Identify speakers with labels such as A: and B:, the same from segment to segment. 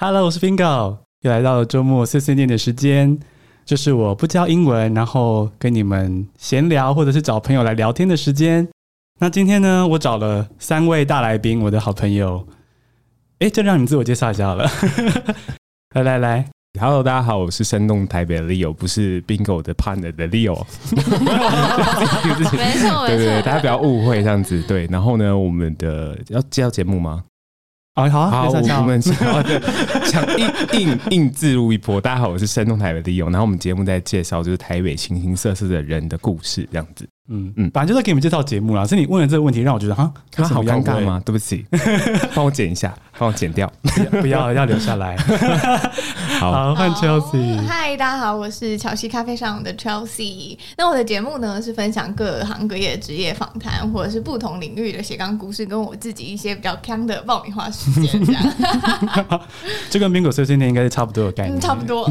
A: Hello，我是 Bingo，又来到了周末碎碎念的时间。这是我不教英文，然后跟你们闲聊，或者是找朋友来聊天的时间。那今天呢，我找了三位大来宾，我的好朋友。哎，就让你们自我介绍一下好了。 来来来，
B: Hello，大家好，我是生动台北的 Leo，不是 Bingo 的 partner 的 Leo。
C: 没错
B: 对
C: 没
B: 对对，大家
C: 错，
B: 不要误会这样子。对，然后呢，我们的要介绍节目吗？
A: 哦，好啊，
B: 好，
A: 介
B: 我
A: 绍一下
B: 我们想要的想硬硬硬自入一波。大家好，我是生动台北的 Leo，然后我们节目在介绍就是台北形形色色的人的故事，这样子。
A: 嗯嗯，
B: 嗯
A: 反正就是给你们介绍节目啦。是你问了这个问题，让我觉得哈，
B: 他
A: 这什
B: 好
A: 么
B: 尴
A: 口
B: 尬
A: 味？
B: 吗？对不起，帮我剪一下，帮我剪掉。
A: 不要要留下 来。
B: 好
A: 好，换
C: 好
A: Chelsea。
C: 嗨，大家好，我是乔西咖啡上的 Chelsea。那我的节目呢是分享各行各业的职业访谈，或者是不同领域的斜杠故事，跟我自己一些比较坑的爆米花时间，这样、
A: 这跟 Bingo 碎碎念应该是差不多的概念，
C: 嗯、差不多。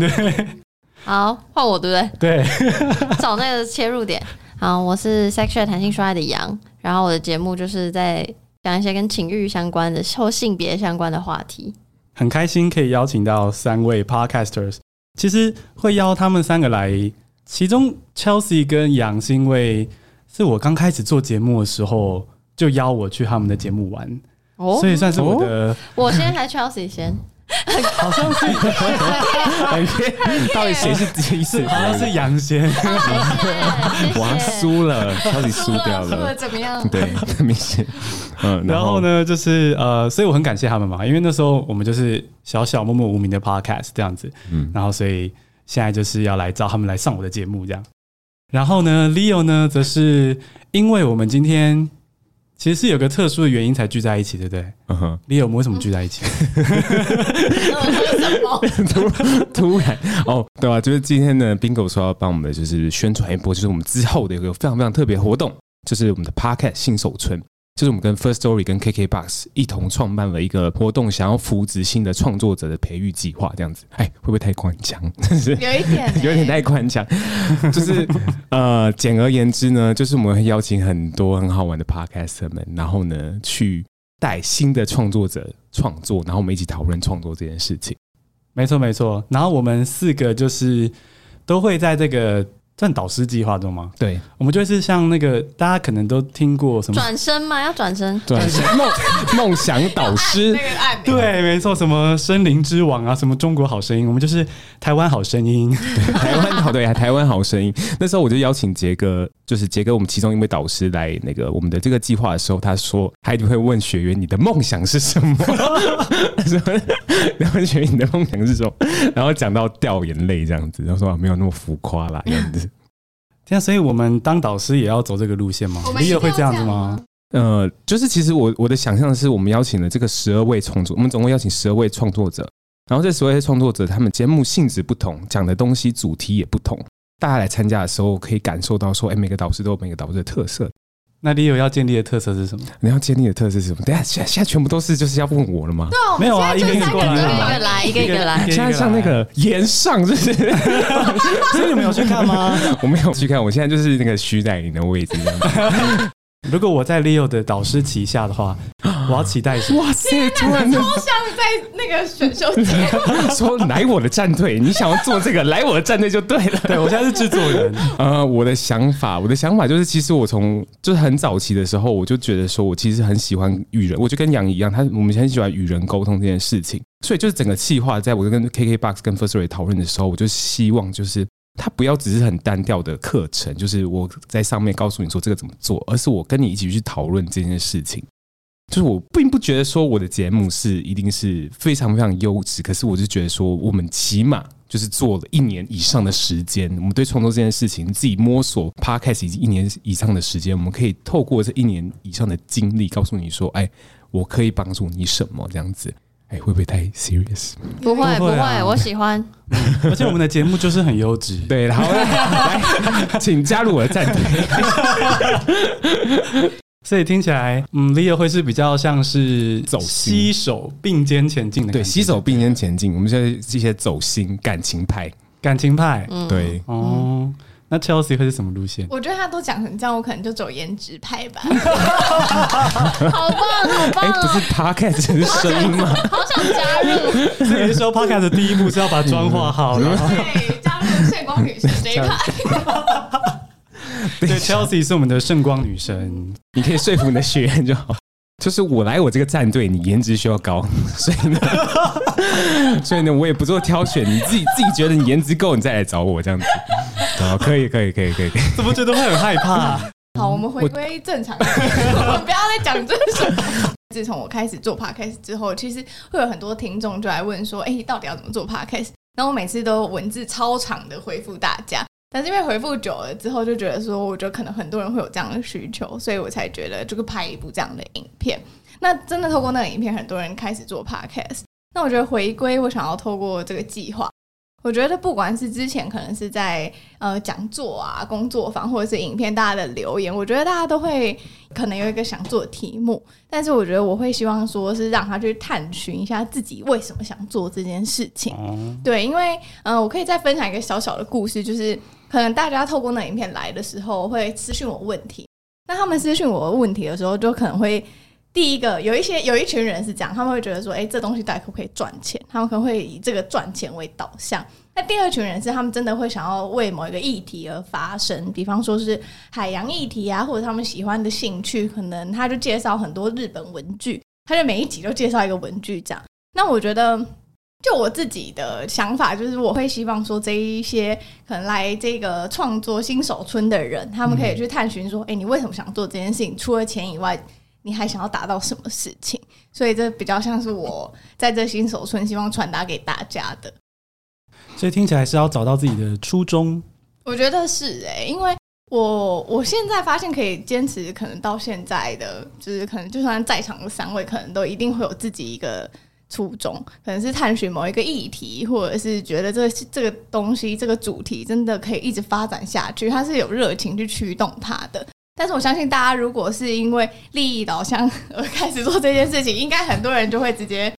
D: 好，换我对不
A: 对。
D: 对？找那个切入点。好，我是 sexual 弹性说爱的杨，然后我的节目就是在讲一些跟情欲相关的或性别相关的话题。
A: 很开心可以邀请到三位 podcasters。其实会邀他们三个来，其中 Chelsea 跟杨是因为是我刚开始做节目的时候就邀我去他们的节目玩，
D: 哦
A: 所，以算是我的、
D: 我先还 Chelsea 先，
A: 好像 是
D: 哎
B: 感觉到底谁是第一次？
A: 好像是杨先，
D: 谢谢
B: 哇，输了，超级输掉
C: 输了
B: 了。
C: 怎么样？
B: 对，很明显。嗯，
A: 然后？呢就是呃，所以我很感谢他们嘛，因为那时候我们就是小小默默无名的 podcast 这样子，
B: 嗯，
A: 然后所以现在就是要来找他们来上我的节目这样。然后呢，Leo 呢，则是因为我们今天其实是有个特殊的原因才聚在一起，对不对
B: 嗯哼，
A: ？Leo，我们为什么聚在一起？
C: 为什么？
B: 突 突然哦，对啊，就是今天呢，Bingo 说要帮我们就是宣传一波，就是我们之后的有个非常非常特别活动，就是我们的 Parket 新手村，就是我们跟 First Story 跟 KKBox 一同创办了一个活动，想要扶植新的创作者的培育计划，这样子。哎，会不会太官腔？真是
C: 有一点、欸
B: 有点。太宽腔，就是呃，简而言之呢，就是我们会邀请很多很好玩的 podcaster 们，然后呢，去带新的创作者创作，然后我们一起讨论创作这件事情。
A: 没错，没错。然后我们四个就是都会在这个算导师计划中吗？
B: 对，
A: 我们就会是像那个大家可能都听过什么？
D: 转身吗？要转身。
B: 对，梦 梦想导师
C: 那，个按钮，
A: 对，没错，什么森林之王啊，什么中国好声音，我们就是台湾好声音。
B: 台湾好对，台湾好声音。那时候我就邀请杰哥，就是杰哥我们其中一位导师来那个我们的这个计划的时候，他说他一定会问学员你的梦想是什么， 他说然后学员你的梦想是什么，然后讲到掉眼泪这样子，他说、啊、没有那么浮夸啦这样子。
A: 这啊样，所以我们当导师也要走这个路线吗
C: 我们一定
A: ？Leo
C: 要
A: 会这样子
C: 这样
A: 吗
C: 吗？
B: 呃，就是其实我我的想象是我们邀请了这个十二位创作，我们总共邀请十二位创作者，然后这十二位创作者他们节目性质不同，讲的东西主题也不同，大家来参加的时候可以感受到说，哎，每个导师都有每个导师的特色。
A: 那 Leo 要建立的特色是什么？
B: 你要建立的特色是什么？等一下现在现在全部都是就是要问我了吗？
C: 对啊，我们
A: 没有啊
C: 现在
A: 一个一
C: 就
A: 个
C: 三
A: 过来
C: 个
D: 一个
A: 啊
C: 人
D: 一个来，一个一个来。
A: 一
B: 现在像那个岩上，就是
A: 所以你们有去看吗？
B: 我没有去看，我现在就是那个徐乃麟的位置这样子。
A: 如果我在 Leo 的导师旗下的话，我要期待什么？
B: 哇塞！ 突然
C: 超像在那个选秀节目。
B: 说来我的战队，你想要做这个，来我的战队就对了。
A: 对我现在是制作人，
B: 呃，我的想法，我的想法就是，其实我从就是很早期的时候，我就觉得说我其实很喜欢与人，我就跟杨一样，他我们很喜欢与人沟通这件事情，所以就是整个企划，在我跟 KKBox 跟 First Story 讨论的时候，我就希望就是。它不要只是很单调的课程，就是我在上面告诉你说这个怎么做，而是我跟你一起去讨论这件事情。就是我并不觉得说我的节目是一定是非常非常优质，可是我就觉得说我们起码就是做了一年以上的时间，我们对创作这件事情自己摸索 podcast 已经一年以上的时间，我们可以透过这一年以上的经历，告诉你说，哎，我可以帮助你什么这样子。哎，会不会太 serious？
D: 不会
A: 不
D: 不
A: 会啊
D: 会，我 喜欢。
A: 而且我们的节目就是很优质。
B: 对，然后来，请加入我的战队。
A: 所以听起来，嗯，Leo 会是比较像是
B: 走心
A: 携手并肩前进的感
B: 对，
A: 觉
B: 携手并肩前进。我们现在是一些走心感情派。
A: 感情派。
D: 嗯，
B: 对，
A: 哦，那 Chelsea 会是什么路线？
C: 我觉得他都讲成这样，我可能就走颜值派吧。好棒，好
B: 哎、
C: 棒
B: 不是 podcast 是声音吗？
D: 好想加入，
A: 所以说 Podcast 的第一步是要把妆化好， 然后
C: 对，加入炫光女神这一派。
A: 对 Chelsea 是我们的圣光女神，
B: 你可以说服你的学员就好。就是我来我这个战队，你颜值需要高， 所以呢，所以呢， 我也不做挑选，你自己自己觉得你颜值够，你再来找我这样子。好，可以，可以，可以，可以，可以
A: 怎么觉得会很害怕？
C: 好，我们回归正常， 我们不要再讲这种。自从我开始做 podcast 之后，其实会有很多听众就来问说：“哎、到底要怎么做 podcast？” 然后我每次都文字超长的回复大家，但是因为回复久了之后，就觉得说，我觉得可能很多人会有这样的需求，所以我才觉得就是拍一部这样的影片。那真的透过那个影片，很多人开始做 podcast。那我觉得回归，我想要透过这个计划，我觉得不管是之前可能是在呃讲座啊、工作坊或者是影片大家的留言，我觉得大家都会可能有一个想做的题目，但是我觉得我会希望说是让他去探寻一下自己为什么想做这件事情。
A: 哦，
C: 对，因为呃，我可以再分享一个小小的故事，就是可能大家透过那影片来的时候会私讯我问题，那他们私讯我问题的时候，就可能会第一个有一些有一群人是这样，他们会觉得说，哎、这东西到底可不可以赚钱？他们可能会以这个赚钱为导向。那第二群人是他们真的会想要为某一个议题而发声，比方说是海洋议题啊，或者他们喜欢的兴趣，可能他就介绍很多日本文具，他就每一集都介绍一个文具这样。那我觉得就我自己的想法，就是我会希望说，这一些可能来这个创作新手村的人，他们可以去探寻说，哎、你为什么想做这件事情？除了钱以外，你还想要达到什么事情？所以这比较像是我在这新手村希望传达给大家的。
A: 所以听起来是要找到自己的初衷。
C: 我觉得是哎、因为我我现在发现可以坚持，可能到现在的就是可能就算在场的三位，可能都一定会有自己一个初衷，可能是探寻某一个议题，或者是觉得这个这个东西这个主题真的可以一直发展下去，它是有热情去驱动它的。但是我相信大家如果是因为利益导向而 开始做这件事情，应该很多人就会直接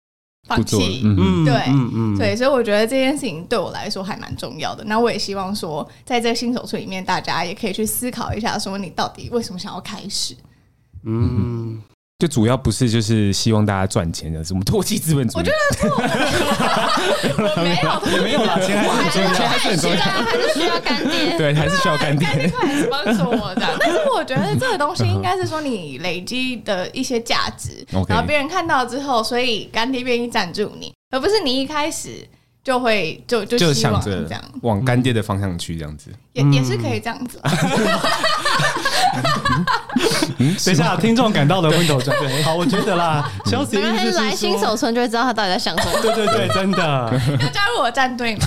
C: 放
B: 不做了
C: 弃。，
B: 嗯，
A: 嗯，
C: 对
A: 嗯嗯
C: 对，所以我觉得这件事情对我来说还蛮重要的。那我也希望说，在这个新手村里面，大家也可以去思考一下，说你到底为什么想要开 始？
A: 嗯，
B: 就主要不是就是希望大家赚钱的，什么唾弃资本主义，
C: 我觉我没有，
A: 没有啦，钱还是很重要。
B: 还是很重
D: 需要
B: 要，
D: 还是需要 干爹。
B: 对，还是需要干爹。
C: 那块是帮助我的。但是我觉得这个东西应该是说你累积的一些价值
B: OK
C: 然后别人看到之后，所以干爹愿意赞助你，而不是你一开始就会就就
B: 就
C: 希望
B: 想
C: 这
B: 着
C: 样，
B: 往干爹的方向去，这样子。
C: 也也是可以这样子。
B: 嗯，
A: 等一下，听众感到了 window 转变。好，我觉得啦，Chelsea
D: 没关
A: 意
D: 系，
A: 思
D: 来
A: 是
D: 新
A: 说，
D: 手村就会知道他到底在想什 么。
A: 对对对，真的。
C: 要 加入我战队吗？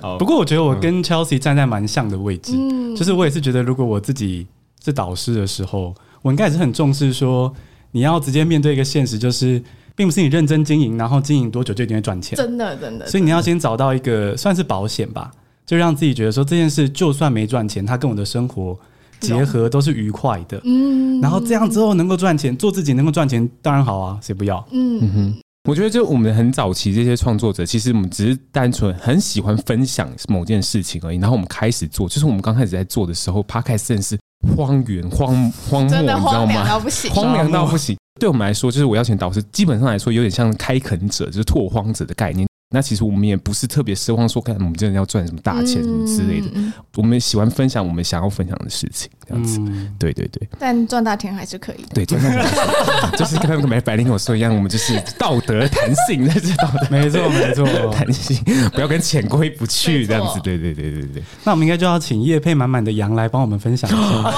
B: 好
A: 不过我觉得我跟 Chelsea 站在蛮像的位置，
C: 嗯
A: 就是我也是觉得，如果我自己是导师的时候，我应该也是很重视说，你要直接面对一个现实，就是并不是你认真经营，然后经营多久就一定会赚钱。
C: 真的真的，
A: 所以你要先找到一个算是保险吧，就让自己觉得说这件事就算没赚钱，它跟我的生活结合都是愉快的。
C: 嗯
A: 然后这样之后能够赚钱，做自己能够赚钱，当然好啊，谁不要？
C: 嗯
B: 哼我觉得，就我们很早期这些创作者，其实我们只是单纯很喜欢分享某件事情而已。然后我们开始做，就是我们刚开始在做的时候 p o d c a s 真的是荒原、荒荒漠，
C: 真
B: 你
C: 的
B: 知道
C: 荒凉
B: 吗？
C: 到不行。
B: 荒凉到不行。对我们来说，就是我邀请导师，基本上来说有点像开垦者，就是拓荒者的概念。那其实我们也不是特别奢望说，看我们真的要赚什么大钱什么之类的。
C: 嗯
B: 我们喜欢分享我们想要分享的事情，这样子。
A: 嗯，
B: 对对对。
C: 但赚大钱还是可以的。
B: 对，就像 就是跟那个白灵跟我说一样，我们就是道德弹性， 这是道德
A: 没错没错。
B: 弹性， 不要跟潜规不去这样
C: 没
B: 子。
C: 错
B: 对对对对对，
A: 那我们应该就要请业配满满的羊来帮我们分享一下， 对不对？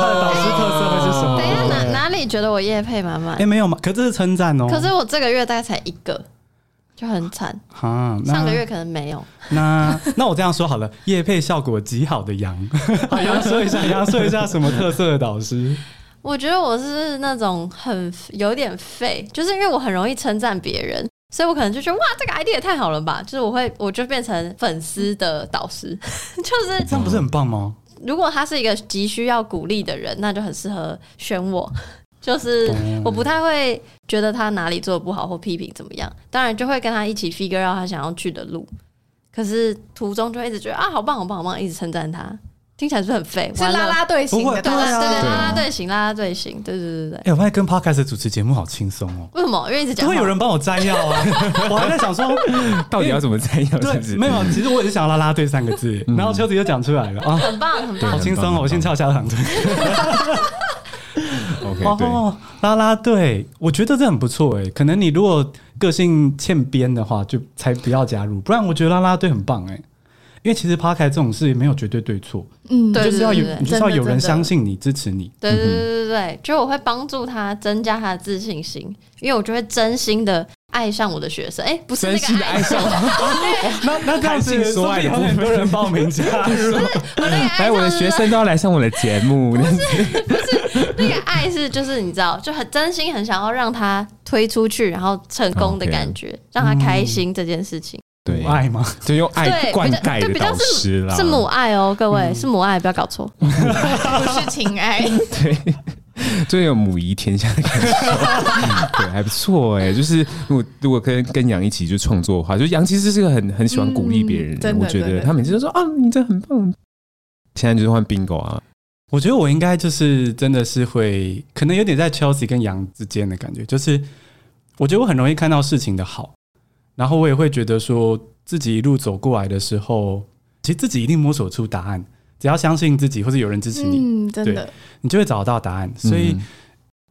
A: 他的导师特色会是什
C: 哦
A: 么？
D: 等一下，哪
A: 对
D: 哪里觉得我夜配满满
A: 哎，？没有嘛？可这是称赞哦。
D: 可是我这个月大概才一个，就很惨。
A: 哈，那
D: 上个月可能没有。
A: 那那我这样说好了，业配效果极好的 羊，好羊说一下，羊说一下什么特色的导师？
D: 我觉得我是那种很有点废，就是因为我很容易称赞别人，所以我可能就觉得哇，这个 idea 也太好了吧！就是我会，我就变成粉丝的导师， 就是
A: 这样不是很棒吗？
D: 如果他是一个急需要鼓励的人，那就很适合选我。 就是我不太会觉得他哪里做的不好或批评怎么样，当然就会跟他一起 figure out 他想要去的路。可是途中就会一直觉得啊，好棒，好棒，好棒，一直称赞他，听起来是不是很废？
C: 是
D: 完了
C: 啦啦队型
A: 不
C: 的
A: 会
D: 对
C: 大
D: 对
C: 家，
D: 对对，
B: 对
D: 啦啦队型，啦啦队型，对对对对
A: 哎、。我发现跟 podcast 主持节目好轻松哦，
D: 为什么？因为一直讲
A: 就
D: 话
A: 会有人帮我摘要 啊。我还在想说，
B: 到底要怎么猜样这样
A: 对，
B: 子？
A: 没有，啊其实我也是想要拉拉队三个字，然后秋子就讲出来了啊，
D: 很棒，很
B: 嗯对
D: 棒
A: 好。轻松
B: 很
A: 哦，
B: 棒
A: 我先翘下躺腿。
B: ，OK，对，
A: 哦，拉拉队，我觉得这很不错哎。可能你如果个性欠边的话，就才不要加入，不然我觉得拉拉队很棒哎。因为其实 p 开这种事没有绝对对错，
C: 嗯，
A: 你
D: 对
A: 就是要有，你就是要有
D: 真的真
A: 人
D: 的
A: 相信你、支持你。
D: 对对对对对对，就我会帮助他增加他的自信心，因为我就会真心的爱上我的学生。哎，不是
B: 真
D: 那
B: 心
D: 个
B: 的爱
D: 爱
B: 上，
A: 那那这样
B: 开
A: 子，
B: 心说爱的
A: 说不定有很多人报名加入。
D: 我那个爱
B: 来我的
D: 上
B: 学
D: 是
B: 生都要来上我的节目，
D: 那个爱是就是你知道，就很真心很想要让他推出去，然后成功的感觉，让他开心这件事情。
B: 对
A: 母，爱吗？
B: 就用爱
D: 对，
B: 灌
D: 比较
B: 溉
D: 对
B: 的
D: 比较
B: 导师
D: 是
B: 啦，
D: 是母爱哦，各位是母爱，不要搞错。
C: 不是情爱，
B: 对，就有母仪天下的感觉， 对，还不错哎、就是如果如果跟跟杨一起就创作的话，就杨其实是个很很喜欢鼓励别人
C: 嗯
B: 的、
C: 真的
B: 我觉
C: 真
B: 得
C: 的
B: 他每次都说啊，你这很棒。现在就是换 bingo 啊，
A: 我觉得我应该就是真的是会，可能有点在 Chelsea 跟杨之间的感觉，就是我觉得我很容易看到事情的好，然后我也会觉得说自己一路走过来的时候，其实自己一定摸索出答案，只要相信自己或者有人支持你，
C: 嗯，真的，
A: 你就会找到答案。所以
B: 嗯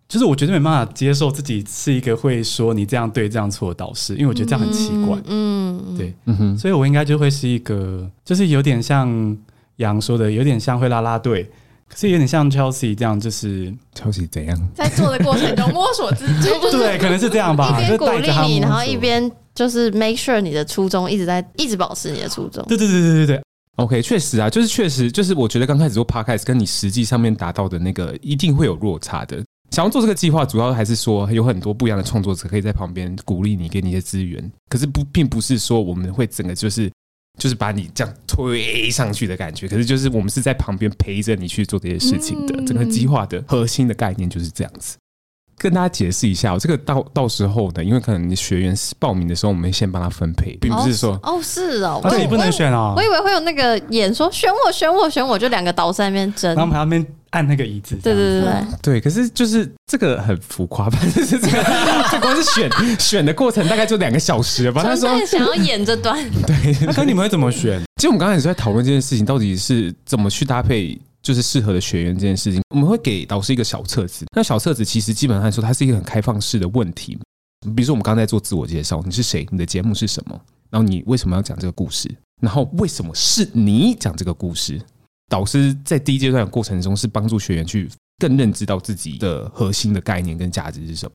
A: 就是我绝对没办法接受自己是一个会说你这样对这样错的导师，因为我觉得这样很奇怪。
D: 嗯，嗯
A: 对
B: 嗯哼，
A: 所以我应该就会是一个，就是有点像杨说的，有点像会拉拉队，可是有点像 Chelsea 这样，就是
B: 抄袭怎样？
C: 在做的过程中摸索自己，
A: 对，可能是这样吧，
D: 一
A: 就
D: 边鼓
A: 带
D: 励
A: 着他
D: 你，
A: 摸
D: 然后
A: 索
D: 一边就是 make sure 你的初衷一直在一直保持你的初衷。
A: 对对对对对对，
D: 哦
B: OK，确实啊，就是确实，就是我觉得刚开始做 podcast 跟你实际上面达到的那个一定会有落差的。想要做这个计划，主要还是说有很多不一样的创作者可以在旁边鼓励你，给你一些资源。可是不，并不是说我们会整个就是就是把你这样推上去的感觉。可是就是我们是在旁边陪着你去做这些事情的。
C: 嗯
B: 整个计划的核心的概念就是这样子。跟大家解释一下、哦，这个到到时候呢，因为可能你学员报名的时候，我们会先帮他分配，并不是说、啊
D: 哦，是哦，
A: 而且
D: 我
A: 你不能选哦
D: 我，以为会有那个演说选我选我选我，就两个导师在那边争
A: 然后。我们还要边按那个椅子，
D: 对对对对，
B: 对，可是就是这个很浮夸吧，就是这个， 这光是选选的过程大概就两个小时了吧。他
D: 纯
B: 说
D: 粹想要演这段，
A: 对，那可你们会怎么选？
B: 其实我们刚开始在讨论这件事情，到底是怎么去搭配，就是适合的学员这件事情。我们会给导师一个小册子，那小册子其实基本上来说，它是一个很开放式的问题。比如说我们刚才在做自我介绍，你是谁，你的节目是什么，然后你为什么要讲这个故事，然后为什么是你讲这个故事。导师在第一阶段的过程中，是帮助学员去更认知到自己的核心的概念跟价值是什么。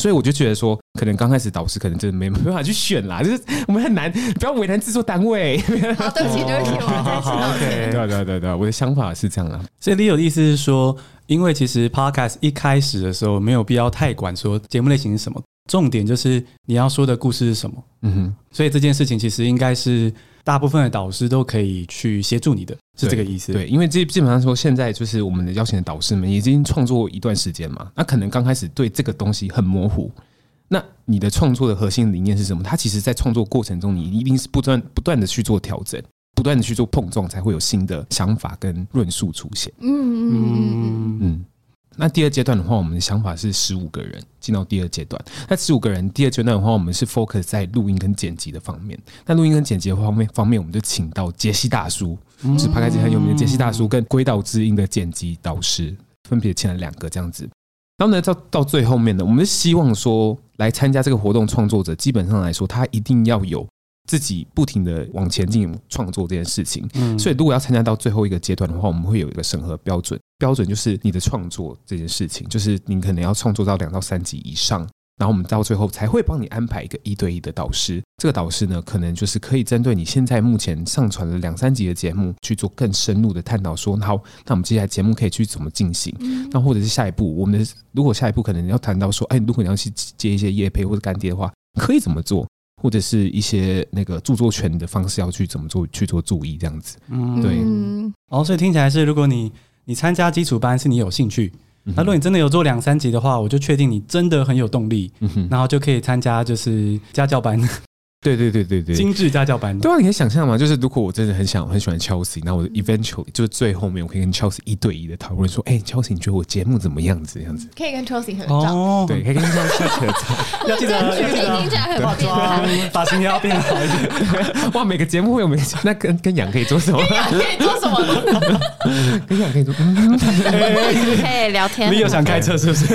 B: 所以我就觉得说，可能刚开始导师可能真的没没办法去选啦，就是我们很难，不要为难制作单位。
C: 好，对不起，对不起，我们再
A: 好
C: 次道歉。
A: ，OK
B: 对。啊对啊对啊对啊，我的想法是这样啊。
A: 所以 Leo 的意思是说，因为其实 Podcast 一开始的时候没有必要太管说节目类型是什么，重点就是你要说的故事是什么。
B: 嗯哼，
A: 所以这件事情其实应该是大部分的导师都可以去协助你的，是这个意思。
B: 对，因为这基本上说，现在就是我们的邀请的导师们已经创作一段时间嘛，那可能刚开始对这个东西很模糊。那你的创作的核心理念是什么？它其实，在创作过程中，你一定是不断不断的去做调整，不断的去做碰撞，才会有新的想法跟论述出现。
C: 嗯嗯嗯嗯嗯，
A: 嗯，
B: 嗯，那第二阶段的话，我们的想法是十五个人进到第二阶段。那十五个人第二阶段的话，我们是 focus 在录音跟剪辑的方面。那录音跟剪辑的方面方面，我们就请到杰西大叔，
D: 嗯
B: 就是拍开之很有名的杰西大叔跟归岛之音的剪辑导师，分别请了两个这样子。然后呢，到到最后面呢，我们是希望说，来参加这个活动创作者，基本上来说，他一定要有自己不停的往前进创作这件事情。
A: 嗯
B: 所
A: 以
B: 以如果要参加到最后一个阶段的话，我们会有一个审核标准，标准就是你的创作这件事情，就是你可能要创作到两到三集以上。然后我们到最后才会帮你安排一个一对一的导师，这个导师呢，可能就是可以针对你现在目前上传了两三集的节目去做更深入的探讨说，好，那我们接下来节目可以去怎么进行？那或者是下一步，我们的如果下一步可能要谈到说，哎，如果你要去接一些业配或者干爹的话，可以怎么做？或者是一些那个著作权的方式要去怎么做去做注意这样子。
A: 嗯
B: 对
C: 嗯
A: 哦，所以听起来是，如果你你参加基础班是你有兴趣，
B: 嗯哼
A: 那如果你真的有做两三集的话，我就确定你真的很有动力，
B: 嗯哼，
A: 然后就可以参加就是家教班。
B: 对对对对 对。
A: 精致家教班的，
B: 对啊，你可以想象吗？就是如果我真的很想很喜欢 Chelsea，那我 eventually 就是最后面我可以跟 Chelsea 一对一的讨论说，哎、c h e l s e a 你觉得我节目怎么样子？这样子，
C: 可以跟 Chelsea 合照。
A: 哦，
B: 对，，可以跟 Chelsea 合照。
A: 要记得要记
D: 听起
A: 得
B: 啊
D: 来很
A: 化
D: 变
A: 妆
D: 态。，
A: 发型也要变好一点。
B: 哇，每个节目会有每个节目，那跟跟杨可以做什么？
C: 可以做什么呢？
B: 跟杨可以做，嗯，
D: 可以聊天。
A: 你有想开车是不是？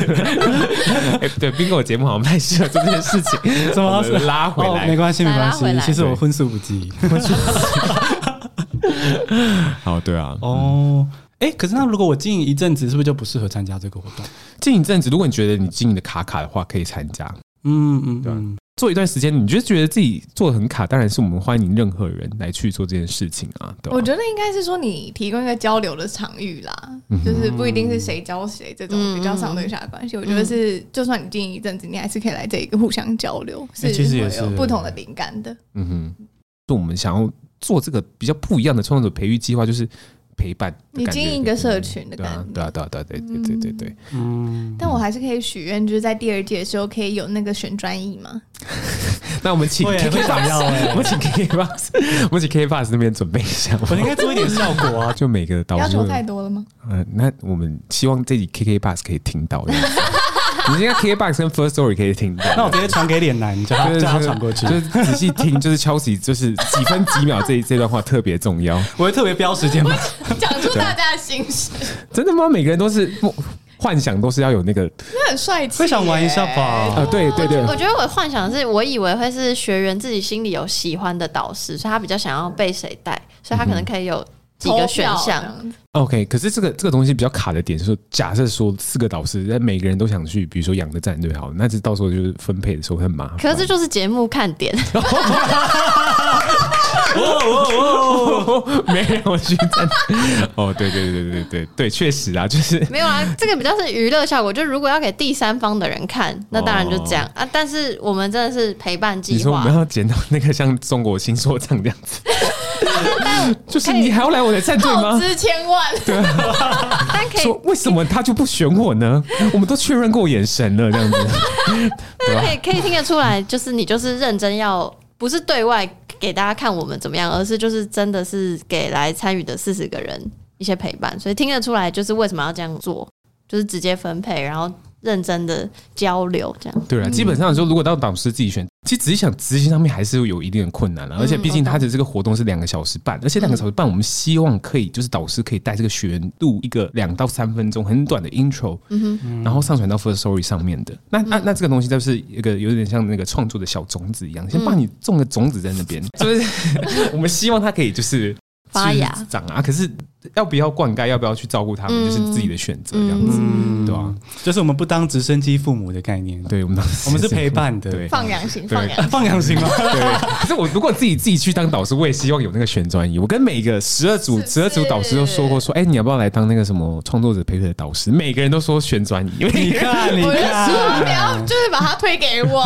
B: 哎对，bingo 节目好像不太适合做这件事 情，
A: 怎么
B: 我们拉回
A: 哦，
B: 来？
A: 没关系没
D: 来
A: 关
D: 拉回
A: 系，
D: 来
A: 其实我荤素不忌。
B: 好，对啊，
A: 哦，哎，可是那如果我经营一阵子，是不是就不适合参加这个活动？
B: 近一阵子，如果你觉得你经营的卡卡的话，可以参加。
A: 嗯嗯，
B: 对
A: 嗯，
B: 做一段时间，你就觉得自己做的很卡，当然是我们欢迎任何人来去做这件事情啊。对吧
C: 我觉得应该是说你提供一个交流的场域啦，
B: 嗯
C: 就是不一定是谁教谁这种比较上对下的关系。我觉得是，就算你经营一阵子，你还是可以来这一个互相交流，
A: 哎
C: 是
A: 其实也
C: 会有
A: 是
C: 不同的灵感的。
B: 嗯哼，就我们想要做这个比较不一样的创作者培育计划，就是陪伴的
C: 你
B: 感觉。
C: 经营一个社群的
B: 对
C: 感
B: 啊
C: 觉，，
B: 对啊，对啊，对啊对对对对对，
A: 嗯，
C: 但我还是可以许愿，就是在第二届的时候可以有那个选专艺嘛。
B: 那我们请
A: 会
B: KK
A: 会想要
B: Bus，
A: 哎
B: 我们请 KK Bus，我们请 KK Bus 那边准备一下。。
A: 我应该做一点效果啊
B: 哦就每个导
C: 要
B: 师
C: 求
B: 会，
C: 太多了吗？
B: 嗯、那我们希望这集 KK Bus 可以听到。这样 子你现在 KK Bus 跟 First Story 可以听到。
A: 那我直接传给脸男，叫他
B: 就是
A: 叫他传过去
B: 就。是仔细听，就是敲起，就是几分几秒这这段话特别 重要。
A: 我会特别标时间吗？
C: 讲出大家的心事，
B: 真的吗？每个人都是梦幻想，都是要有那个
C: 那很帅气耶。
A: 会想玩一下吧？
B: 啊，对对对，
D: 我觉得我幻想的是，我以为会是学员自己心里有喜欢的导师，所以他比较想要被谁带，所以他可能
B: 嗯
D: 可以有几个选
C: 投票
D: 项
C: 这。样子
B: OK。可是这个这个东西比较卡的点是说，假设说四个导师，但每个人都想去，比如说养的战队好了，那这到时候就是分配的时候很麻烦。
D: 可是这就是节目看 点，
B: 没有去战队 哦，对对对对对对，确实啊，就是
D: 没有啊，这个比较是娱乐效果。就如果要给第三方的人看，那当然就这样、啊。但是我们真的是陪伴
B: 哦你
D: 计
B: 说我
D: 划
B: 们，要剪到那个像中国新说唱这样子， 就是
D: 可以
B: 你还要来我的战队
C: 耗
B: 吗？
C: 资千万，
D: 但可以
B: 说为什么他就不选我呢？ 我们都确认过眼神了，这样子，对
D: 可
B: 吧？
D: 以可以听得出来，就是你就是认真要，不是对外给大家看我们怎么样，而是就是真的是给来参与的四十个人一些陪伴，所以听得出来就是为什么要这样做，就是直接分配，然后认真的交流这样。
B: 对啊了，基本上说，如果到导师自己选，其实仔细想执行上面还是有一定的困难
D: 嗯
B: 了。而且毕竟他的这个活动是两个小时半，而且两个小时半，我们希望可以就是导师可以带这个学员录一个两到三分钟很短的 intro，然
D: 嗯
B: 后上传到 First Story 上面的。那那那这个东西就是一个有点像那个创作的小种子一样，
D: 嗯
B: 先把你种个种子在那 边，就是 我们希望它可以就是
D: 发芽
B: 就是长啊。可是要不要灌溉，要不要去照顾他们，
D: 嗯
B: 就是自己的选择这样子。
A: 嗯，
B: 对啊，
A: 就是我们不当直升机父母的概念，
B: 对我们当时
A: 我们是陪伴的
B: 对。
C: 放羊行，
B: 对
C: 放羊。
A: 放养型吗？
B: 对，可是我如果自己自己去当导师，我也希望有那个旋转椅。我跟每一个十二组
C: 是
B: 十二组导师都说过说，哎、你要不要来当那个什么创作者培训的导师？每个人都说旋转椅， 因
A: 你
B: 为
A: 看，你
C: 我就说不要，
A: 看，
C: 就是把它推给我。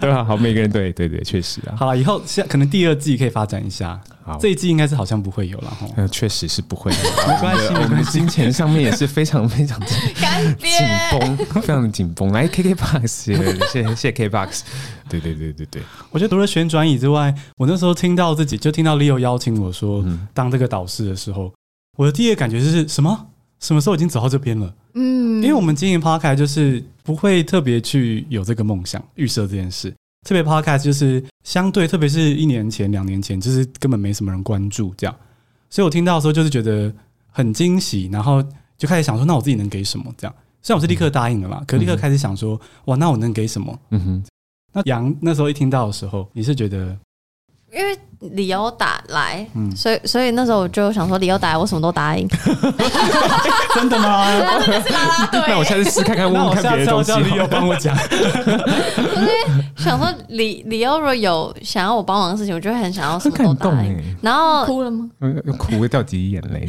B: 对吧、好，每个人对对对，确实啊，
A: 好了，以后下可能第二季可以发展一下
B: 好，
A: 这一季应该是好像不会有了哈。
B: 呃，确实是不会的。
A: 没关系
B: 我们的我们的金钱上面也是非常非常 的紧
C: 干爹，
B: 绷，非常的紧绷。来，KKBox，也谢谢谢 KKBox，对对对对对，
A: 我觉得除了旋转椅之外，我那时候听到自己就听到 Leo 邀请我说、当这个导师的时候，我的第一个感觉就是什么？什么时候已经走到这边了？
C: 嗯，
A: 因为我们经营 podcast 就是不会特别去有这个梦想预设这件事。特别 podcast 就是相对，特别是一年前、两年前，就是根本没什么人关注这样。所以我听到的时候就是觉得很惊喜，然后就开始想说，那我自己能给什么？这样，虽然我是立刻答应了啦，可立刻开始想说，哇，那我能给什么？
B: 嗯哼，
A: 那杨那时候一听到的时候，你是觉得，
D: 因为李欧打来，
A: 嗯，
D: 所以所以那时候我就想说，李欧打来，我什么都答 应。
A: 真的吗？
C: 他真的是啦啦队。
B: 那我下次试看看，问
A: 那
B: 问
A: 我
B: 看
A: 下
B: 别
A: 次
B: 的
A: 要
B: 东
A: 叫
B: 西好了。
A: 你有帮我讲，
D: 想说李李欧如果有想要我帮忙的事情，我就会很想要什
B: 很
D: 么
B: 感
D: 都
B: 动
D: 答
B: 哎、
D: 应。然后
C: 哭了吗？
B: 嗯哭会掉几滴眼泪。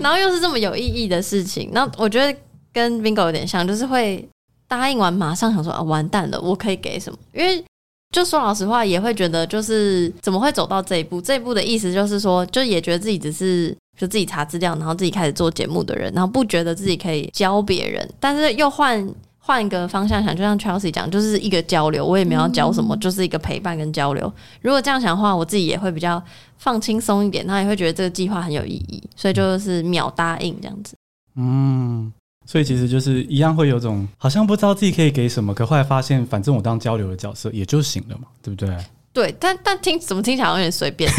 D: 然后又是这么有意义的事情，那我觉得跟 bingo 有点像，就是会答应完马上想说啊，完蛋了，我可以给什么？因为就说老实话，也会觉得就是怎么会走到这一步？这一步的意思就是说，就也觉得自己只是就自己查资料，然后自己开始做节目的人，然后不觉得自己可以教别人，但是又换换一个方向想，就像 Chelsea 讲，就是一个交流，我也没有要教什么，
C: 嗯
D: 就是一个陪伴跟交流。如果这样想的话，我自己也会比较放轻松一点，然后也会觉得这个计划很有意义，所以就是秒答应这样子。
A: 嗯，所以其实就是一样会有种好像不知道自己可以给什么，可后来发现反正我当交流的角色也就行了嘛，对不对？
D: 对，但但听怎么听起来好像有点 随便，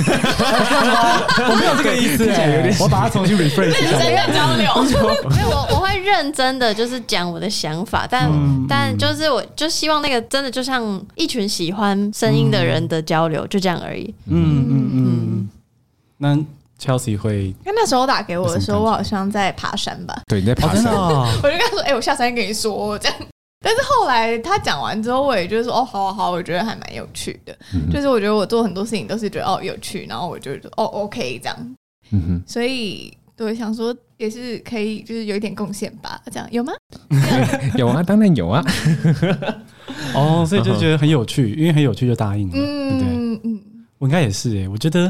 A: 我没有这个 意思、哎我把它重 新 rephrase 一
C: 真
A: 下。
C: 的交流，
D: 因为我我会认真的就是讲我的想法，但、
A: 嗯
D: 但就是我就希望那个真的就像一群喜欢声音
B: 嗯
D: 的人的交流，就这样而已。
A: 嗯嗯嗯。那 Chelsea 会
C: 他 那时候打给我的时候，
B: 有什么感觉
C: 我好像在爬山吧，
B: 对，你在爬
A: 真的、
B: 山，
A: 哦，
C: 我就跟他说：“哎、我下山跟你说。”哦这样。但是后来他讲完之后，我也就是说：“哦，好好好，我觉得还蛮有趣的。
B: 嗯
C: 就是我觉得我做很多事情都是觉得哦有趣，然后我就哦 OK 这样。
B: 嗯哼，
C: 所以对，想说也是可以，就是有一点贡献吧。这样有吗？
B: 有啊，当然有啊，
A: 哦，所以就觉得很有趣，因为很有趣就答应了，对不对？
C: 嗯嗯，
A: 我应该也是诶，我觉得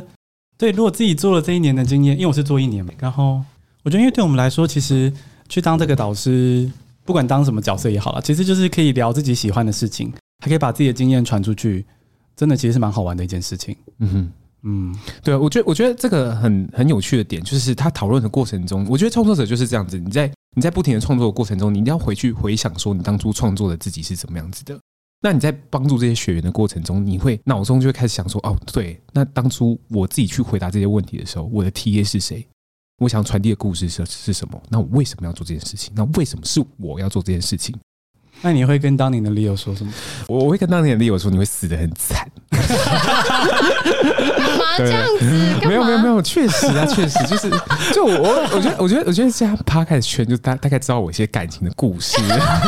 A: 对，如果自己做了这一年的经验，因为我是做一年嘛，然后我觉得，因为对我们来说，其实去当这个导师，不管当什么角色也好了，其实就是可以聊自己喜欢的事情，还可以把自己的经验传出去，真的其实是蛮好玩的一件事情。
B: 嗯哼。
A: 嗯，
B: 对，啊我觉得我觉得这个很很有趣的点，就是他讨论的过程中，我觉得创作者就是这样子，你在你在不停的创作的过程中，你一定要回去回想说你当初创作的自己是怎么样子的。那你在帮助这些学员的过程中，你会脑中就会开始想说，哦，对，那当初我自己去回答这些问题的时候，我的 TA 是谁？我想传递的故事是是什么？那我为什么要做这件事情？那为什么是我要做这件事情？
A: 那你会跟当年的 Leo 说什么？
B: 我我会跟当年的理由说，你会死的很惨。
D: 干嘛
B: 对
D: 这样子？干 嘛？
B: 没有没有没有，确实啊， 确实就是，就我我我觉得我觉得我觉得这样 p 开 d 圈就大大概知道我一些感情的故事，
D: 哎、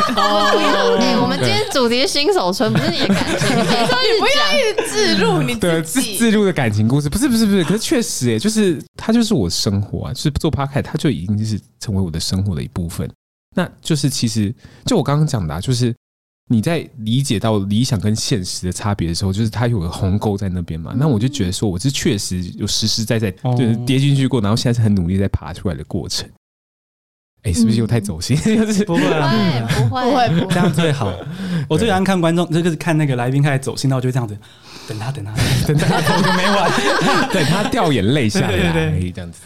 D: 我 们今天主题是新手村，不是你的感情，你每次都一直讲。
C: 一直置入你
B: 对啊
C: 自
B: 自
C: 己。
B: 自入的感情故事，不是不是不是，可是确实哎，就是它就是我生活啊，就是做 p 开，它就已经是成为我的生活的一部分。那就是其实就我刚刚讲的、啊，就是你在理解到理想跟现实的差别的时候，就是它有个鸿沟在那边嘛。那我就觉得说，我是确实有实实在在
A: 嗯哦
B: 就是跌进去过，然后现在是很努力在爬出来的过程。哎、是不是又
A: 嗯
B: 太走心？就 是
A: 不会啊，
D: 不会
C: 不会 不
A: 这
C: 会，
A: 样最好。 我最喜欢看观众，就是看那个来宾开始走心，到就会这样子，等他等他等他，等个没完。
B: 等他掉眼泪下
A: 对
B: 来，哎
A: 对
B: 这样子。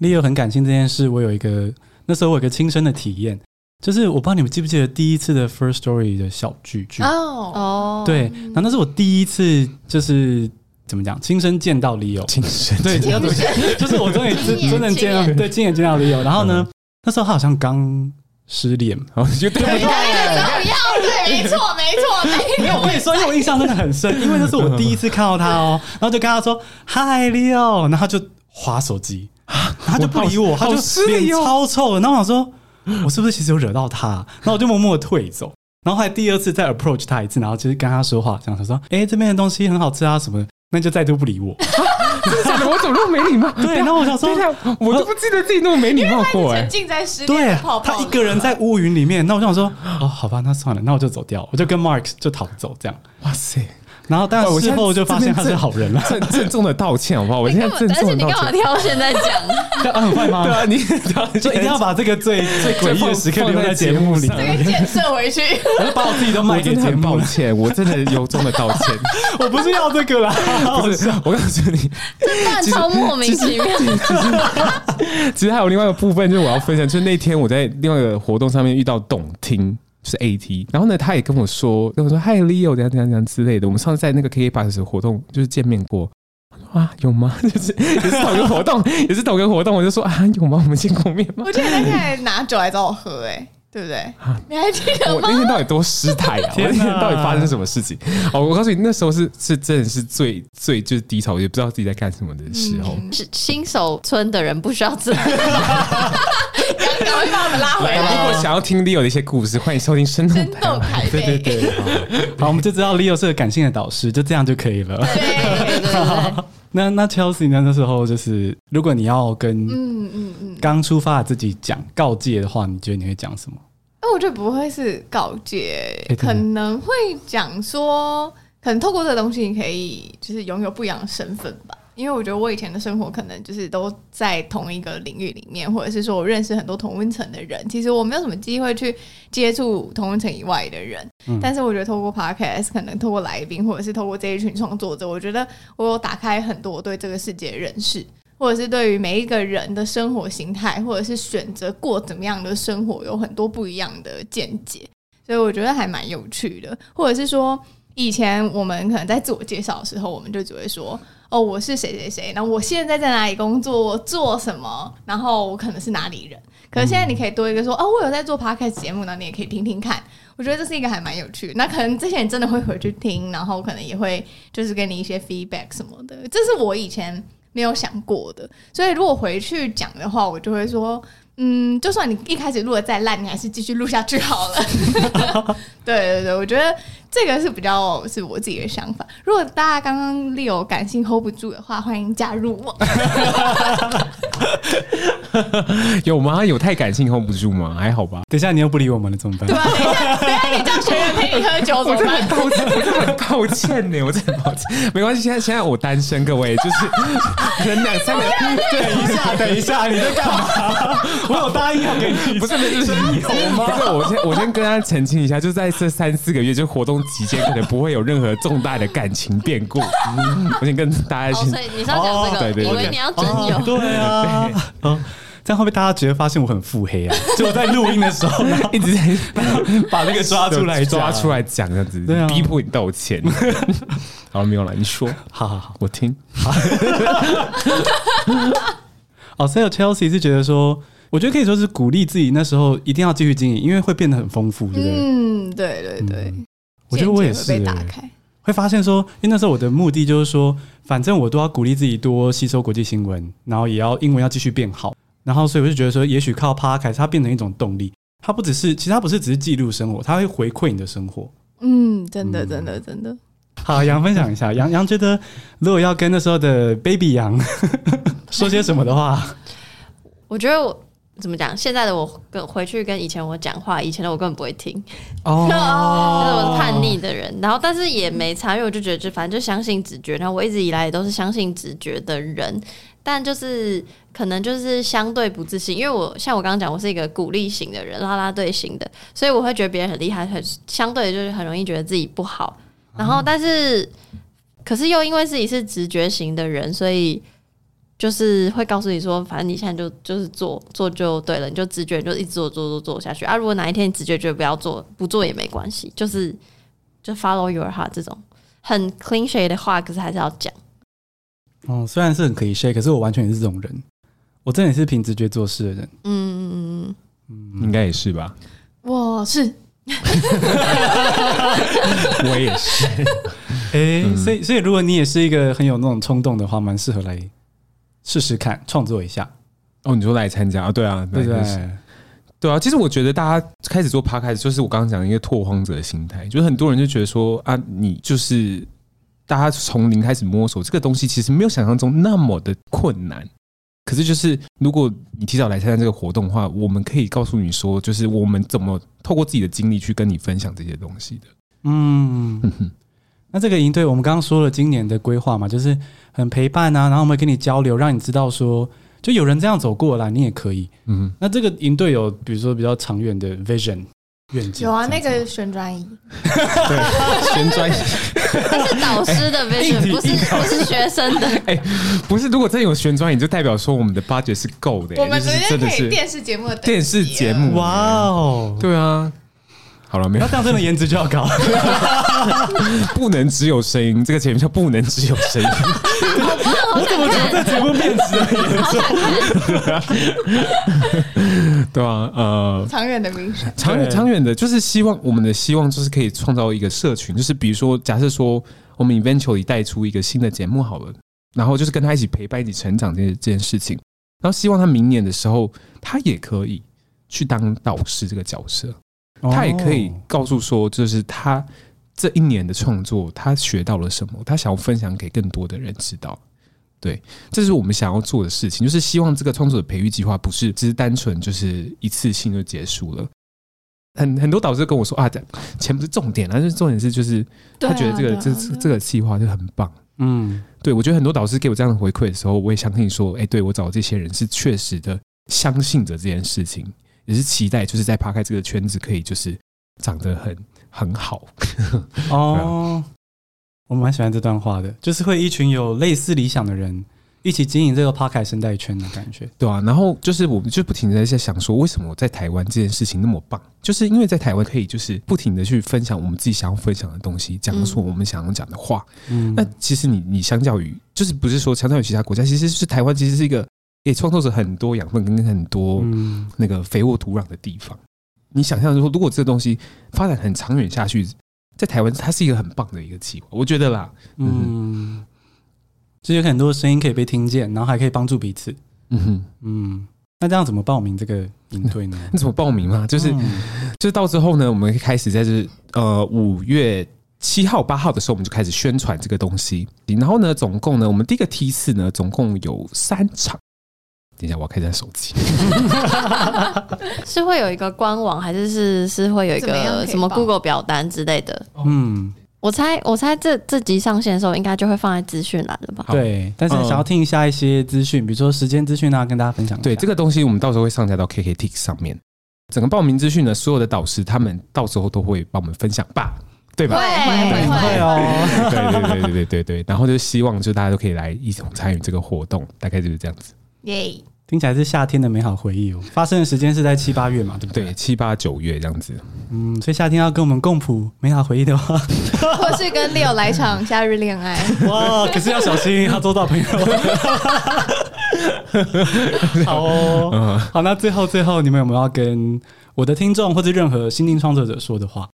A: Leo 很感性这件事，我有一个那时候我有一个亲身的体验，就是我不知道你们记不记得第一次的 First Story 的小剧剧，
C: 哦，
D: 哦，
A: 对，然后那是我第一次就是怎么讲，亲身见到 Leo，
B: 精神
A: 对， 要怎么讲 就是我终于
D: 亲
A: 真
D: 眼
A: 真正见
D: 亲
A: 到，
D: 眼
A: 对，亲眼见到 Leo，然后呢，那时候他好像刚失恋，
B: 然后就对不
C: 你
B: 对？
C: 要对，没错没错，
A: 因为我跟你说，因为我印象真的很深，因为那是我第一次看到他 哦，然后就跟他说嗨 Leo，然后他就划手机，然后他就不理我，他就脸超臭的，然后我想说，我是不是其实有惹到他？然后我就默默地退走。然后后来第二次再 approach 他一次，然后就是跟他说话，这样他说：“哎、这边的东西很好吃啊，什么的。”那就再都不理 我。
B: 真的假的？我怎么那么没礼貌？
A: 对，然啊后我想说
B: 对，呀，我都不记得自己那么没礼貌过哎
C: 沉。浸在失恋
A: 对啊
C: 的泡泡
A: 他
C: 里
A: 一个人在乌云里面，那我就想说，哦，好吧，那算了，那我就走掉，我就跟 Mark 就逃走这样。
B: 哇塞！
A: 然后但
B: 哇我
A: 事
B: 现在
A: 后就发现他是好人了，
B: 郑郑重的道歉，好不好？我现
D: 你
B: 在
D: 干
B: 郑
D: 嘛？而
B: 重
D: 且
B: 的
D: 你干
B: 道
D: 嘛
B: 歉。
D: 挑现在讲？
A: 这 样很坏吗？
B: 对啊，你
A: 就一定 要把这个 最最诡异的时刻留在节目里，
B: 放在
C: 这个建设回去，
A: 我就把我自己都卖
B: 我
A: 给
B: 真的
A: 节
B: 很
A: 目
B: 抱
A: 了。
B: 歉，我真的由衷的道歉。
A: 我不是要这 个啦，
B: 不是，我告诉你，
D: 但
B: 其实
D: 超莫名其妙。
B: 其实还 有另外一个部分，就是我要分享，就是那天我在另外一个活动上面遇到董听，就是 AT，然后呢，他也跟我说，跟我说嗨 Leo 怎样怎样怎样之类的。我们上次在那个 KK Bus 的活动就是见面过。啊，有吗？ 就是也是同一个活动， 也是同一个活动，我就说啊，有吗？我们见过面吗
C: 我？记得那天还拿酒来找我喝，哎，对不对？你还记得
B: 我
C: 吗？
B: 那天到底多失态啊！我
A: 天哪
B: 那天到底发生什么事情？哦，我告诉你，那时候是是真的是最最就是低潮，也不知道自己在干什么的时候。
D: 是新手村的人不需要知 道，
C: 赶快把我们拉回
B: 来，如
C: 来，
B: 果想要听 Leo 的一些故事，欢迎收听《生动
C: 真
B: 台
C: 逗
B: 湾
C: 台
A: 对对
C: 北。
A: 对，好，好我们就知道 Leo 是个感性的导师，就这样就可以了。
D: 对对哦对对，
A: 那那 Chelsea 呢？那时候就是，如果你要跟
C: 嗯嗯嗯，
A: 刚出发的自己讲告诫的话，你觉得你会讲什么？
C: 那哎我觉得不会是告诫
A: 哎对，
C: 可能会讲说，可能透过这个东西，你可以就是拥有不一样的身份吧。因为我觉得我以前的生活可能就是都在同一个领域里面，或者是说我认识很多同温层的人，其实我没有什么机会去接触同温层以外的人。
A: 嗯
C: 但是我觉得透过 podcast，可能透过来宾，或者是透过这一群创作者，我觉得我有打开很多我对这个世界的认识。或者是对于每一个人的生活形态，或者是选择过怎么样的生活，有很多不一样的见解，所以我觉得还蛮有趣的。或者是说，以前我们可能在自我介绍的时候，我们就只会说：“哦，我是谁谁谁，然后我现在在哪里工作，我做什么，然后我可能是哪里人。”可是现在你可以多一个说：“哦，我有在做 podcast 节目呢，你也可以听听看。”我觉得这是一个还蛮有趣的。那可能这些人真的会回去听，然后可能也会就是给你一些 feedback 什么的。这是我以前没有想过的。所以如果回去讲的话，我就会说，嗯，就算你一开始录的再烂，你还是继续录下去好了。 对对对，我觉得这个是比较是我自己的想法。如果大家刚刚 Leo 感性 hold 不住的话，欢迎加 入我。
B: 有吗？有太感性 hold 不住吗？还好吧。
A: 等一下你又不理我们了，怎么办
C: 对？吧？等一下，等一下，你叫学员陪你喝酒怎么办？
B: 抱歉，我真的很抱歉呢，我真的很抱歉。没关系，现在现在我单身，各位就是可能两三个，
A: 等一下， 等一下，你在干嘛？我有答应要给你，
B: 不是不是不是
A: 有
B: 不
A: 吗？
B: 是，我先我先跟他澄清一下，就在这三四个月，就活动期间，可能不会有任何重大的感情变故。嗯我先跟大家
D: 哦，
B: 先
D: 所以你是要讲
B: 哦
D: 这
B: 对
D: 个，
B: 对
D: 以
B: 对
D: 为你要真有
A: 哦， 对啊，嗯，这样会不会大家觉得发现我很腹黑啊？ 就我在录音的时候， 然后
B: 一直在
A: 把那个抓出来，
B: 抓出。来讲这样子，
A: 对啊
B: 逼迫你道歉。好了，没有了，你说，
A: 好好好，
B: 我听。
A: 哦，所以 Chelsea 是觉得说，我觉得可以说是鼓励自己那时候一定要继续经营，因为会变得很丰富，对不对？
C: 嗯，对对对，
A: 我觉得我也
C: 见
A: 是、
C: 解会被
A: 欸
C: 打，开。
A: 会发现说，因为那时候我的目的就是说，反正我都要鼓励自己多吸收国际新闻，然后也要英文要继续变好，然后所以我就觉得说，也许靠 Podcast 它变成一种动力，它不只是，其实它不是只是记录生活，它会回馈你的生 活。
C: 嗯，真的，真的，真的。
A: 好，杨分享一下，杨杨觉得如果要跟那时候的 Baby 杨说些什么的话，
D: 我觉得我怎么讲，现在的我跟回去跟以前我讲话，以前的我根本不会听，
A: 哦
B: 哦
D: 就是哦我是叛逆的人。然后但是也没差，因为我就觉得就反正就相信直觉，然后我一直以来也都是相信直觉的人，但就是可能就是相对不自信，因为我像我刚刚讲，我是一个鼓励型的人，啦啦队型的，所以我会觉得别人很厉害，很相对就是很容易觉得自己不好。然后但是可是又因为自己是直觉型的人，所以。就是会告诉你说，反正你现在就就是做做就对了，你就直觉就一直做做做做下去啊。如果哪一天你直觉觉得不要做，不做也没关系，就是就 follow your heart 这种很 cliche 的话，可是还是要讲。
A: 哦，虽然是很可以 share，可是我完全也是这种人，我真的也是凭直觉做事的人。
D: 嗯，嗯嗯
B: 应该也是吧，
C: 我是
B: 我也是。
A: 诶，所以所以如果你也是一个很有那种冲动的话，蛮适合来试试看创作一下，
B: 哦，你说来参加啊？对啊，
A: 对不
B: 来
A: 对？
B: 对啊，其实我觉得大家开始做 p 开始，就是我刚刚讲的一个拓荒者的心态，就是很多人就觉得说啊，你就是大家从零开始摸索这个东西，其实没有想象中那么的困难。可是就是如果你提早来参加这个活动的话，我们可以告诉你说，就是我们怎么透过自己的经历去跟你分享这些东西的。
A: 嗯，
B: 嗯哼
A: 那这个营队我们刚刚说了今年的规划嘛，就是很陪伴啊，然后我们会跟你交流，让你知道说，就有人这样走过来，你也可以。
B: 嗯哼。
A: 那这个营队有比如说比较长远的 vision 愿景，
C: 有啊，那个旋转椅，
B: 对，旋转椅。
D: 嗯，是导师的 vision，不是不是学生 的。
B: 不是，如果真有旋转椅，就代表说我们的 budget 是够的、
C: 我们
B: 就
C: 直
B: 是
C: 接
B: 真的
C: 可以
B: 是
C: 电视节目的等级
B: 电视节
C: 了。
B: 目。
A: 哇哦，
B: 对啊，好了，没有
A: 那这样真的颜值就要高，
B: 不能只有声音，这个节目叫不能只有声音。
A: 我怎么觉得这节目变质了？
B: 对啊，呃，
C: 长远的名声。
B: 长远
A: 对
B: 长远的，就是希望我们的希望就是可以创造一个社群，就是比如说，假设说我们 eventually 带出一个新的节目好了，然后就是跟他一起陪伴、一起成长这件这件事情，然后希望他明年的时候，他也可以去当导师这个角色，
A: 哦
B: 他也可以告诉说，就是他这一年的创作，他学到了什么，他想要分享给更多的人知道。对，这是我们想要做的事情，就是希望这个创作者培育计划不是只是单纯就是一次性就结束了。很很多导师跟我说啊，这钱不是重点啊，就是重点是就是他觉得这个、这
C: 对啊对啊
B: 这个计划就很棒，
A: 嗯，
B: 对我觉得很多导师给我这样的回馈的时候，我也相信说，哎、对我找的这些人是确实的相信着这件事情，也是期待就是在趴开这个圈子可以就是长得很很好。
A: 哦，我蛮喜欢这段话的，就是会一群有类似理想的人一起经营这个 p o c k e t 生态圈的感觉。
B: 对啊，然后就是我们就不停的在想说，为什么我在台湾这件事情那么棒？就是因为在台湾可以就是不停的去分享我们自己想要分享的东西，讲说我们想要讲的话。
A: 嗯，
B: 那其实你你相较于就是不是说相较于其他国家，其实是台湾其实是一个给创作者很多养分跟很多
A: 嗯
B: 那个肥沃土壤的地方。你想象说，如果这个东西发展很长远下去，在台湾它是一个很棒的一个计划，我觉得啦。
A: 嗯，就有很多声音可以被听见，然后还可以帮助彼此。
B: 嗯哼，
A: 嗯，那这样怎么报名这个营队呢？
B: 那怎么报名嘛？啊就是
A: 嗯
B: 就是到之后呢，我们开始在这呃五月七号、八号的时候，我们就开始宣传这个东西。然后呢，总共呢，我们第一个梯次呢，总共有三场。等一下，我要看一下手机。
D: 是会有一个官网，还是是是会有一
C: 怎么样可以
D: 个什么
C: 报
D: Google 表单之类的？
A: 嗯，
D: 我猜，我猜这这集上线的时候，应该就会放在资讯栏了吧？
B: 好
A: 对。但是
B: 嗯
A: 想要听一下一些资讯，比如说时间资讯啊，跟大家分享一下。
B: 对，这个东西我们到时候会上架到 KKT 上面。整个报名资讯呢，所有的导师他们到时候都会帮我们分享吧，对
C: 啊
B: 吧？
C: 会
A: 嗯会哦。
B: 对对对对对对对。然后就希望就大家都可以来一同参与这个活动，大概就是这样子。
C: 耶！
A: 听起来是夏天的美好回忆哦。发生的时间是在七八月嘛，对不对？
B: 对，七八九月这样子。
A: 嗯，所以夏天要跟我们共谱美好回忆的 话，
C: 或是跟 Leo 来场夏日恋 爱，
A: 哇，可是要小心，要做到 朋友。好哦，
B: 嗯，
A: 好，那最后最后，你们有没有要跟我的听众或者任何新进创作者说的 话？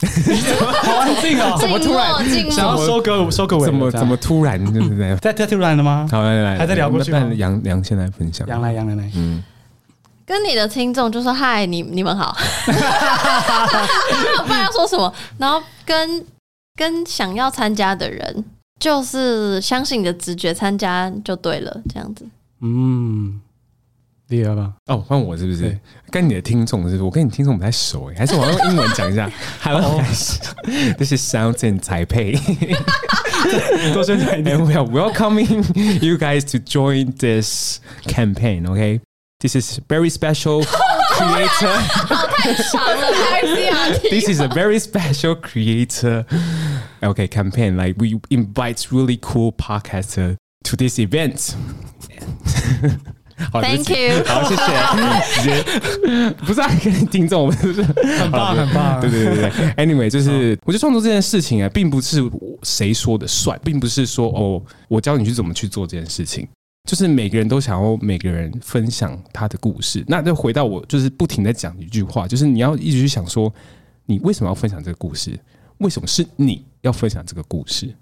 A: 好安静哦，
D: 静默，静
A: 想
D: 默。
A: 要收割收割尾了
B: 怎么怎么突然就是在
A: 在在突然了吗？
B: 好，来来，
A: 还在聊过去吗
B: 那那杨杨先来分享，
A: 杨来，杨来来，
B: 嗯，
D: 跟你的听众就说嗨，你你们好，不知道要说什么。然后跟跟想要参加的人，就是相信你的直觉参加就对了，这样子。
A: 嗯，第二 吧，
B: 哦，换我是不是
A: 对？
B: 跟你的听众是不是？我跟你听众不太熟哎，还是我要用英文讲一下？Hello，guys，this is Sounds and Taipei。
A: 多宣传一
B: And
A: 点。
B: we are welcoming you guys to join this campaign. Okay, this is very special creator.
C: 长了 RCRT，
B: this is a very special creator okay campaign like we invite really cool podcaster to this event 好
D: Thank
B: 谢谢
D: you
B: 好，谢谢。 直接 不是啊，跟听众，我 们是很
A: 棒很棒
B: 对对对对。Anyway，就是我觉得创作这件事情啊，并不是谁说的算，并不是说哦，我教你去怎么去做这件事情，就是每个人都想要每个人分享他的故事。那就回到我，就是不停的讲一句话，就是你要一直去想说，你为什么要分享这个故事？为什么是你要分享这个故事？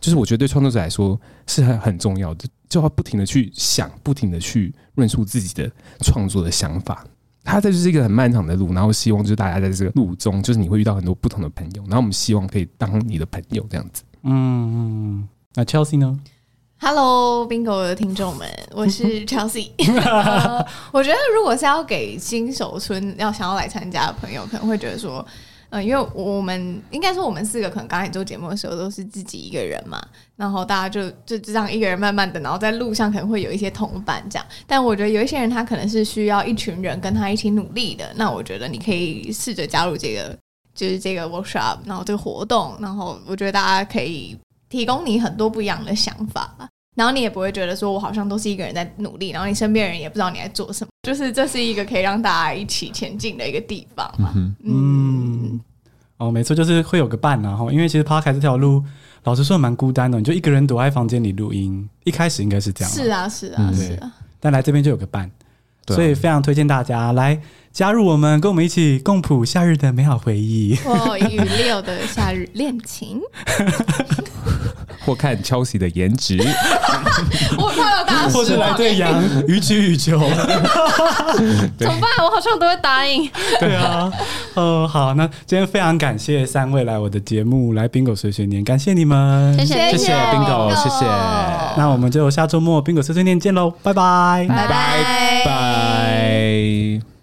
B: 就是我觉得对创作者来说是很很重要的，就要不停的去想，不停的去论述自己的创作的想法。它这就是一个很漫长的路，然后希望就是大家在这个路中，就是你会遇到很多不同的朋友，然后我们希望可以当你的朋友这样子。
A: 嗯嗯，那 Chelsea 呢？
C: Hello Bingo 的听众们，我是 Chelsea、呃我觉得如果是要给新手村要想要来参加的朋友，可能会觉得说，呃，因为我们应该说我们四个可能刚开始做节目的时候都是自己一个人嘛，然后大家就就就这样一个人慢慢的，然后在路上可能会有一些同伴这样，但我觉得有一些人他可能是需要一群人跟他一起努力的，那我觉得你可以试着加入这个。就是这个 workshop，然后这个活动，然后我觉得大家可以提供你很多不一样的想法吧。然后你也不会觉得说我好像都是一个人在努力，然后你身边人也不知道你在做什么，就是这是一个可以让大家一起前进的一个地方嘛。
B: 嗯
A: 嗯，哦，没错，就是会有个伴、啊，然后因为其实 p 开这条路，老实说蛮孤单的，你就一个人躲在房间里录音，一开始应该是这样，
C: 是，啊，是啊，
B: 嗯
C: 是啊，
A: 但来这边就有个伴，
B: 对啊
A: 所以非常推荐大家来加入我们，跟我们一起共谱夏日的美好回 忆。
C: 我与 Leo 的夏日恋情，
B: 或看 Chelsea 的颜值，
C: 我看到大家
A: 或是
C: 失
A: 来
C: 望。
A: 对羊予取予求，
D: 怎么办？我好像都会答应。
A: 对啊，哦，好，那今天非常感谢三位来我的节目来 Bingo 随随念，感谢你们，
D: 谢嗯
B: 谢
D: 谢
B: 谢 Bingo，谢谢，
A: 那我们就下周末 Bingo 碎碎念见喽，拜拜，
C: 拜拜
B: 拜。